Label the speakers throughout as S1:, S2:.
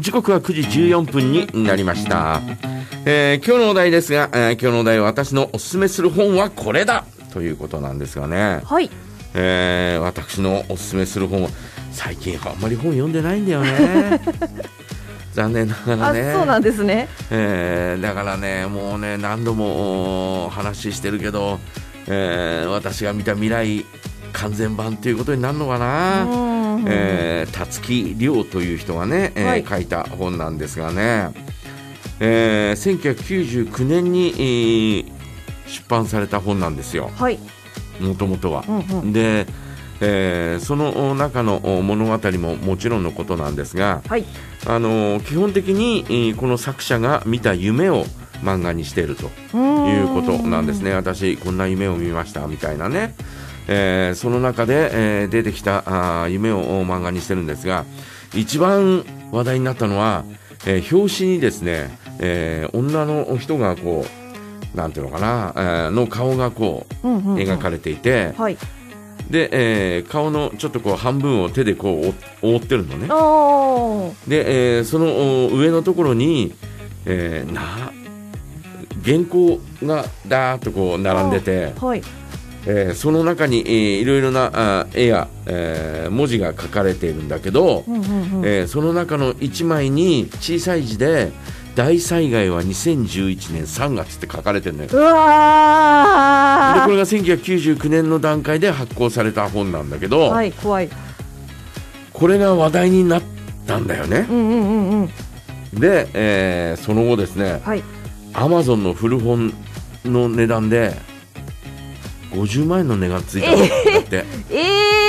S1: 時刻は9時14分になりました、えー今日のお題ですが、えー今日のお題は私のおすすめする本はこれだということなんですがね、
S2: はい。
S1: えー私のおすすめする本は最近あんまり本読んでないんだよ ね残念ながら
S2: あ、
S1: ね
S2: そうなんですね。
S1: えーだからねもうね何度もお話ししてるけど、えー私が見た未来完全版ということになるのかな、
S2: うん
S1: えー、辰木亮という人がね、えー
S2: はい
S1: 書いた本なんですがね、えー1999年に、えー出版された本なんですよ
S2: はい。
S1: もともとは。
S2: うんうん。
S1: で、えーその中のお物語ももちろんのことなんですが、
S2: はい。
S1: あのー基本的に、えーこの作者が見た夢を漫画にしているということなんです
S2: ね。
S1: ね私こんな夢を見ましたみたいなね、えーその中で、えー出てきたあー夢を漫画にしてるんですが一番話題になったのは、えー表紙にですね、えー女の人がこうなんていうのかな、えーの顔がこう
S2: うんうんうん
S1: 描かれていて、
S2: はい。
S1: で、えー顔のちょっとこう半分を手でこう覆覆ってるのね
S2: あー
S1: で、えーそのお上のところに、えーな原稿がだーっとこう並んでて、
S2: はい。
S1: えーその中に、えーいろいろなあー絵や、えー文字が書かれているんだけど、
S2: うんうんうん。
S1: えーその中の1枚に小さい字で「大災害は2011年3月」って書かれてるのよ。で
S2: うわ
S1: こ
S2: ー
S1: れが1999年の段階で発行された本なんだけど、
S2: はい、怖い。
S1: これが話題になったんだよね
S2: う。んうんうんうん。
S1: で、えーその後ですね、
S2: はい。
S1: アマゾンの古本の値段で50万円の値がついたんだって、
S2: ええ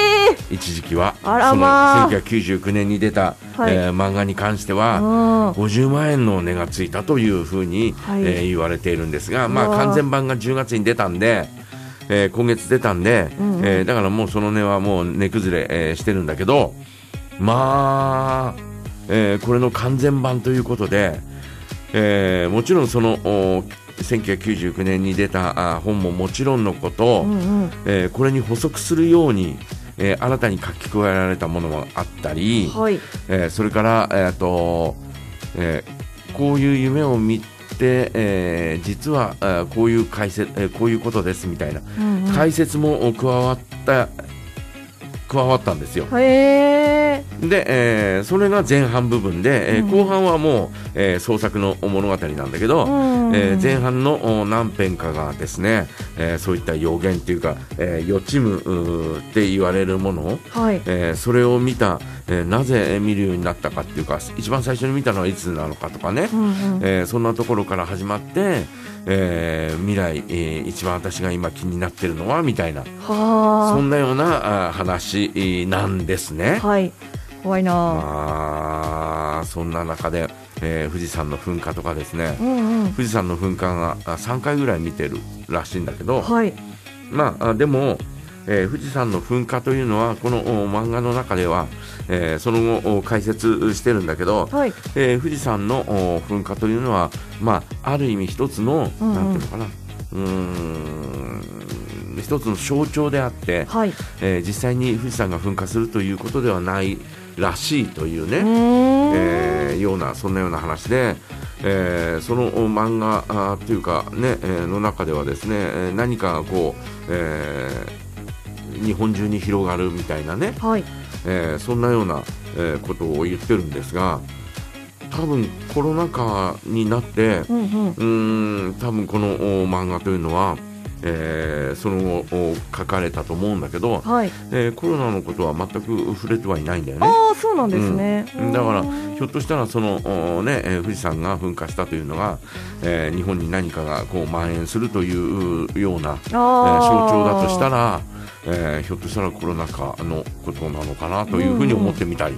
S1: 一時期は
S2: あらまあ
S1: その1999年に出た、
S2: はい
S1: えー漫画に関しては
S2: ー。
S1: 50万円の値がついたというふうに、
S2: はい
S1: えー言われているんですが、まあ、
S2: うわー
S1: 完全版が10月に出たんで、えー今月出たんで、
S2: うんうん
S1: えーだからもうその値はもう値崩れ、えーしてるんだけどまあ、えーこれの完全版ということで、えーもちろんそのお1999年に出たあ本ももちろんのこと、
S2: うんうん。
S1: えーこれに補足するように、えー新たに書き加えられたものもあったり、
S2: はい。
S1: えーそれから、えーとえーこういう夢を見て、えー実はえーこういう解説、えーこういうことですみたいな
S2: うんうん
S1: 解説も加わった加わったんですよ。
S2: へえ。
S1: で、えーそれが前半部分で、えー
S2: うん
S1: 後半はもう、えー創作の物語なんだけど、
S2: うん
S1: えー前半のお何編かがですね、えーそういった予言というか、えー予知夢うーって言われるものを、
S2: はい。
S1: えーそれを見た、えーなぜえー見るようになったかっていうか一番最初に見たのはいつなのかとかね、
S2: うんうん。
S1: えーそんなところから始まって、えー未来、えー一番私が今気になってるのはみたいなそ
S2: は
S1: んなようなあー話えーなんですね
S2: あ。。はい。怖いなー。
S1: まあそんな中で、えー富士山の噴火とかですね
S2: うんうん。
S1: 富士山の噴火があ3回ぐらい見てるらしいんだけど、
S2: はい。
S1: まあ、あでも、えー富士山の噴火というのはこのお漫画の中では、えーその後お解説してるんだけど、
S2: はい。
S1: えー富士山のお噴火というのは、まあ、ある意味一つの、
S2: うんうん
S1: なんていうのかなうーん一つの象徴であって、
S2: はい。う
S1: えー実際に富士山が噴火するということではないらしいというね、
S2: ーん。
S1: えーようなそんなような話で、えーそのお漫画あーというか、ねえーの中ではですねえー何かこう、えー日本中に広がるみたいなね、
S2: はい。
S1: えーそんなような、えーことを言ってるんですが多分コロナ禍になって
S2: うんうん。
S1: うーん多分このお漫画というのは、えーその後お書かれたと思うんだけど、
S2: はい。
S1: えーコロナのことは全く触れてはいないんだよね。
S2: ああ、そうなんですね。
S1: うんだから
S2: う
S1: ひょっとしたらその、おねえー富士山が噴火したというのが、えー日本に何かがこう蔓延するというような、
S2: ーん、
S1: えー
S2: あ
S1: 象徴だとした
S2: ら。
S1: ら、えーひょっとしたらコロナ禍のことなのかなというふうに思ってみたり、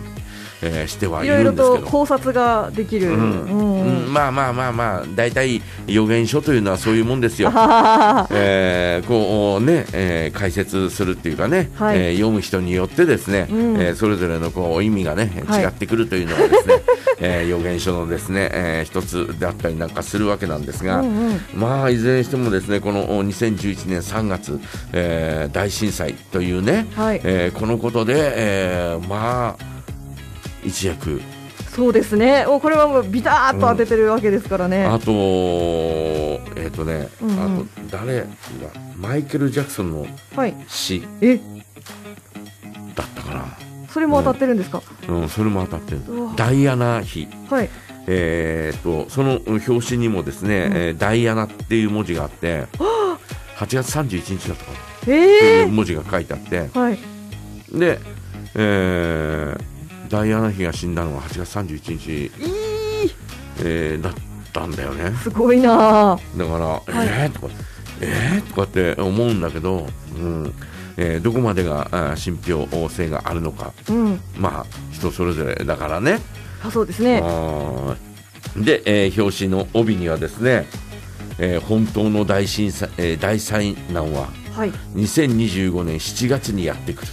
S1: えーしてはい
S2: いろ
S1: る
S2: いろ
S1: んです
S2: と
S1: けど。
S2: 考察ができる。
S1: うんうん、まあまあまあまあ大体予言書というのはそういうもんですよ
S2: あ。はは
S1: えーこうね、えー解説するっていうかね、
S2: はい
S1: えー読む人によってですね、
S2: うん
S1: えーそれぞれのこう意味がね
S2: はい
S1: 違ってくるというのが ですね、えー予言書のですね、えー一つだったりなんかするわけなんですが、
S2: うんうん
S1: まあいずれにしてもですねこのお2011年3月、えー大震災というね、
S2: はい
S1: えーこのことで、えーまあ一躍
S2: そうですね。おこれはもうビターっと当ててるわけですからね。
S1: あと、えっ、とね、
S2: うんうん
S1: あと誰がマイケル・ジャクソンの
S2: はい。
S1: 詩
S2: え、
S1: だったか
S2: それも当たってるんですか。
S1: な、うん、それも当たってる
S2: うわ
S1: ダイアナ妃、
S2: はい。
S1: えー、とその表紙にもですね、
S2: うん
S1: えーダイアナっていう文字があって8月31日だったかなって
S2: え
S1: いう
S2: え
S1: 文字が書いてあって
S2: はい。
S1: で、えーダイアナ妃が死んだのが8月31日、
S2: いい
S1: えーだったんだよね
S2: すごいなあ。
S1: だから、
S2: い
S1: えー、とかえー、とかって思うんだけど、うんえーどこまでがあー信憑性があるのか
S2: うん。
S1: まあ人それぞれだからね。
S2: あ、そうですね。
S1: はーいで、えー表紙の帯にはですね、えー本当の大震災、えー大災難は
S2: はい。
S1: 2025年7月にやってくる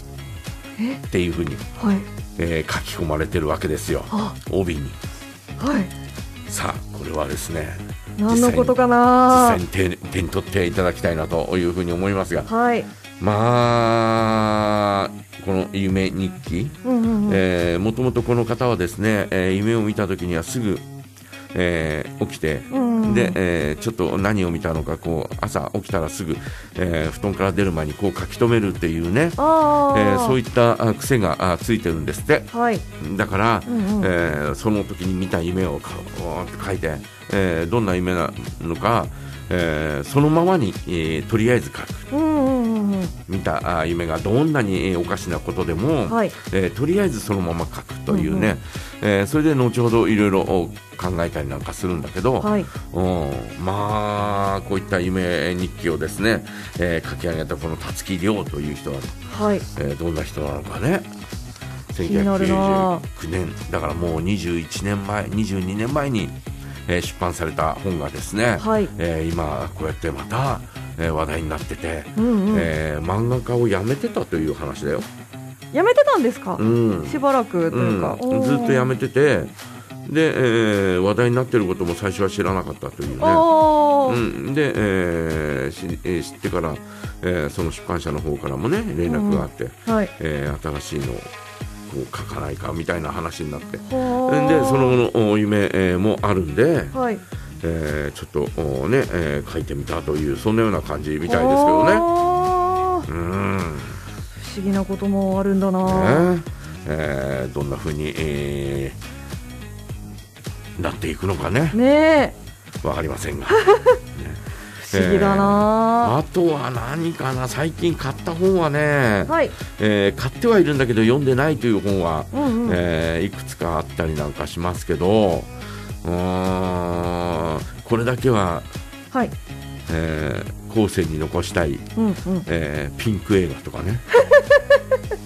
S1: っていうふうに、
S2: はい。
S1: えー書き込まれてるわけですよ
S2: あ、
S1: 帯に
S2: はい。
S1: さあこれはですね
S2: 何のことかな
S1: 実際に手に手に取っていただきたいなというふうに思いますが
S2: はい。
S1: まあこの夢日記
S2: うんうんうん。
S1: えーもともとこの方はですね、えー夢を見た時にはすぐ、えー起きて、
S2: うん
S1: で、えーちょっと何を見たのかこう朝起きたらすぐ、えー布団から出る前にこう書き留めるっていうね、え
S2: ああ、
S1: ーそうい
S2: い
S1: ったあ癖があついてるんですって
S2: はい。
S1: だから、
S2: うんうん
S1: えーその時に見た夢をかわーって書いて、えーどんな夢なのか、えーそのままに、えーとりあえず書く。
S2: うんうんうんうん。
S1: 見たあ夢がどんなにえーおかしなことでも、
S2: はい
S1: えーとりあえずそのまま書くというね、
S2: うん
S1: えーそれで後ほどいろいろお考えたりなんかするんだけど、
S2: はい。
S1: うん、まあこういった夢日記をですね、えー書き上げたこの辰木亮という人は、
S2: はい。
S1: えーどんな人なのかね
S2: になるな
S1: 1999年だからもう21年前22年前に、えー出版された本がですね、
S2: はい
S1: えー今こうやってまた、えー話題になってて。
S2: うんうん。
S1: えー漫画家を辞めてたという話だよ。
S2: やめてたんですか
S1: う。ん、
S2: しばらくというか。
S1: うん、ずっと辞め
S2: て。
S1: ててで、えー話題になってることも最初は知らなかったというね。
S2: ああ
S1: う。ん、で、えーしえー知ってから、えーその出版社の方からもね連絡があって、
S2: はい。
S1: えー新しいのをこう書かないかみたいな話になって。
S2: はあ
S1: でその後のお夢、えーもあるんで、
S2: はい。
S1: えーちょっとおね、えー書いてみたというそんなような感じみたいですけどね。
S2: あー
S1: うん
S2: 不思議なこともあるんだな。
S1: ねえーどんな風に、えーなっていくのかね
S2: ねえ。
S1: わかりませんが
S2: 不思議だな。
S1: あとは何かな最近買った本はね、
S2: はい。
S1: えー買ってはいるんだけど読んでないという本は、
S2: うんうん。
S1: えーいくつかあったりなんかしますけどうーんこれだけは、
S2: はい。
S1: えー後世に残したい、
S2: うんうん。
S1: えーピンク映画とか ね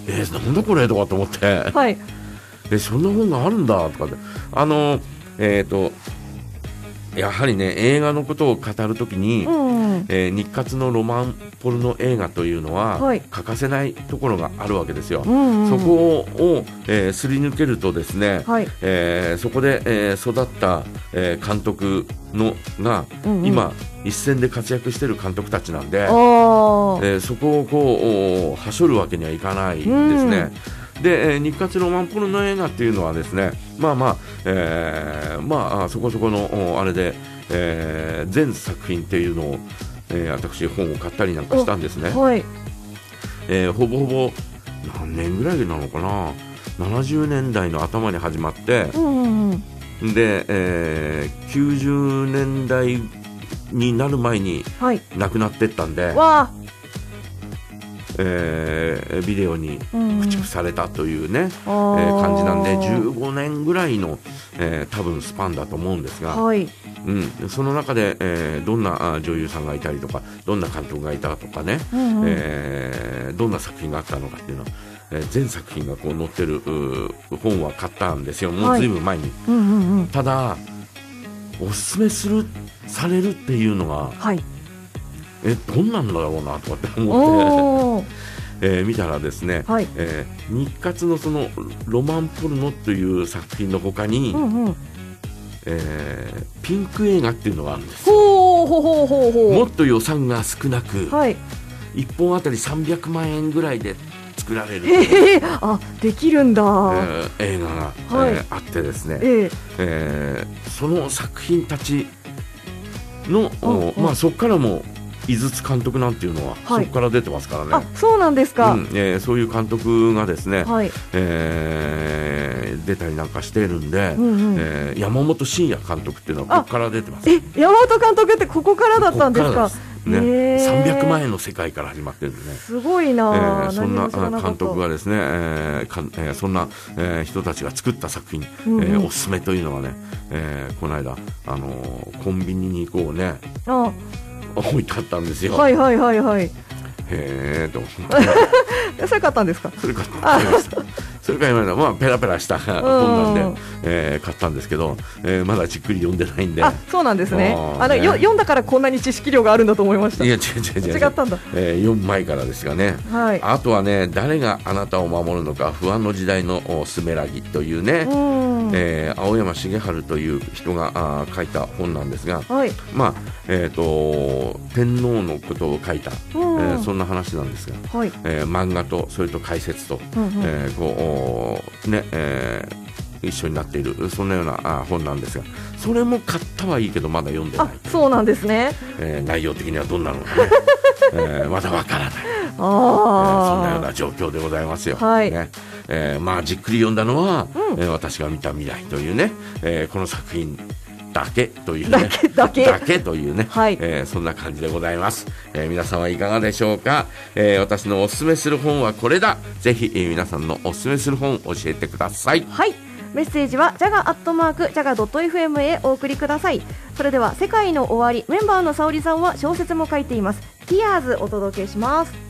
S1: えーなんだこれとかと思って。
S2: はい。
S1: えそんな本があるんだとかってあのえっ、とやはりね映画のことを語るときに、
S2: うんうん。
S1: えー日活のロマンポルノ映画というのは、
S2: はい
S1: 欠かせないところがあるわけですよ、
S2: うんうん。
S1: そこを、えーすり抜けるとですね、
S2: はい。
S1: えーそこで、えー育った、えー監督のが、
S2: うんうん
S1: 今一線で活躍している監督たちなんで、
S2: ああ。
S1: えーそこをこうおはしょるわけにはいかないですね。で、えー日活ロマンポルノ映画っていうのはですねまあまあ、えーまああそこそこのおあれで、えー全作品っていうのを、えー私本を買ったりなんかしたんですね、
S2: はい。
S1: えーほぼほぼ何年ぐらいなのかな70年代の頭に始まって
S2: うんうんうん。
S1: で、えー90年代になる前に
S2: はい。
S1: 亡くなってったんで、
S2: わあ。
S1: えービデオに
S2: うんうん
S1: 駆逐されたというね、
S2: え
S1: えー感じなんで15年ぐらいの、えー多分スパンだと思うんですが、
S2: はい。
S1: うん、その中で、えーどんなあ女優さんがいたりとかどんな監督がいたとかね、
S2: うんうん
S1: えーどんな作品があったのかっていうのは、えー全作品がこう載ってるうー本は買ったんですよもう
S2: はい
S1: ずいぶん前に。
S2: うんうんうん。
S1: ただおすすめするされるっていうのが
S2: はい。
S1: えどんなんだろうなとかって思って、
S2: おお。
S1: えー見たらですね、
S2: はい。
S1: えー日活のそのロマンポルノという作品の他に、
S2: うんうん。
S1: えーピンク映画っていうのがあるんですよ
S2: ほうほうほうほうほ
S1: も
S2: う
S1: っと予算が少なく、
S2: はい。
S1: 1本あたり300万円ぐらいで作られる、
S2: ええあできるんだ、
S1: えー映画が、
S2: はい
S1: えーあってですね、
S2: ええ
S1: えーその作品たちの、お
S2: うん
S1: まあ、そこからも井筒監督なんていうのは、
S2: はい
S1: そこから出てますから
S2: あ
S1: ね、
S2: そうなんですか、
S1: うんえーそういう監督がですね、
S2: はい、
S1: えー出たりなんかしているんで、
S2: うんうん
S1: えー山本慎也監督っていうのは
S2: あ
S1: ここから出てます。
S2: え山本監督ってここからだったんです
S1: こ
S2: か
S1: こからですね、
S2: へー
S1: 300万円の世界から始まってるんでね。
S2: すごい
S1: え
S2: な、
S1: ー
S2: あ
S1: そんな
S2: 何も知ら
S1: あ
S2: なかっ
S1: 監
S2: た
S1: 督がですね、えーかんえーそんな、えー人たちが作った作品、
S2: うんうん
S1: えーおすすめというのはね、えーこの間、あのーコンビニに行こうね
S2: あ
S1: 置いてあったんですよ。
S2: はいはいはいはい
S1: へえと
S2: えそれ買ったんですか
S1: それから買いました。それから今のはまあペラペラした 本なん
S2: う
S1: で
S2: ん、
S1: えー買ったんですけど、えーまだじっくり読んでないんで。
S2: あそうなんですね
S1: あー
S2: あの
S1: ね
S2: よ読んだからこんなに知識量があるんだと思いました
S1: いや違
S2: 違
S1: う違う違う
S2: ったんだ
S1: えー読む前からですがね、
S2: はい
S1: あとはね誰があなたを守るのか不安の時代のおスメラギというね
S2: う、ん、
S1: えー青山茂春という人があー書いた本なんですが、
S2: はい
S1: まあえー、と天皇のことを書いた、
S2: う
S1: え
S2: ん、
S1: ーそんな話なんですが、
S2: はい
S1: えー漫画とそれと解説と、
S2: うんうん
S1: えーこうおーねえー一緒になっているそんなようなあー本なんですがそれも買ったはいいけどまだ読んでな
S2: あ
S1: い、
S2: そうなんですね
S1: えー内容的にはどんなのか ね、えーまだわからない。えーそんなよう
S2: あ
S1: な状況でございますよ。
S2: はい
S1: ねえーまあ、じっくり読んだのは、
S2: うん
S1: えー私が見た未来というね、えーこの作品だけという
S2: だ
S1: ね。
S2: けだけ
S1: だけというね、
S2: はい
S1: えーそんな感じでございます、えー皆さんはいかがでしょうか、えー私のおすすめする本はこれだぜひ、えー皆さんのおすすめする本教えてください
S2: はいメッセージはジャガアットマークジャガドット FM へお送りくださいそれでは世界の終わりメンバーの沙織さんは小説も書いていますティアーズお届けします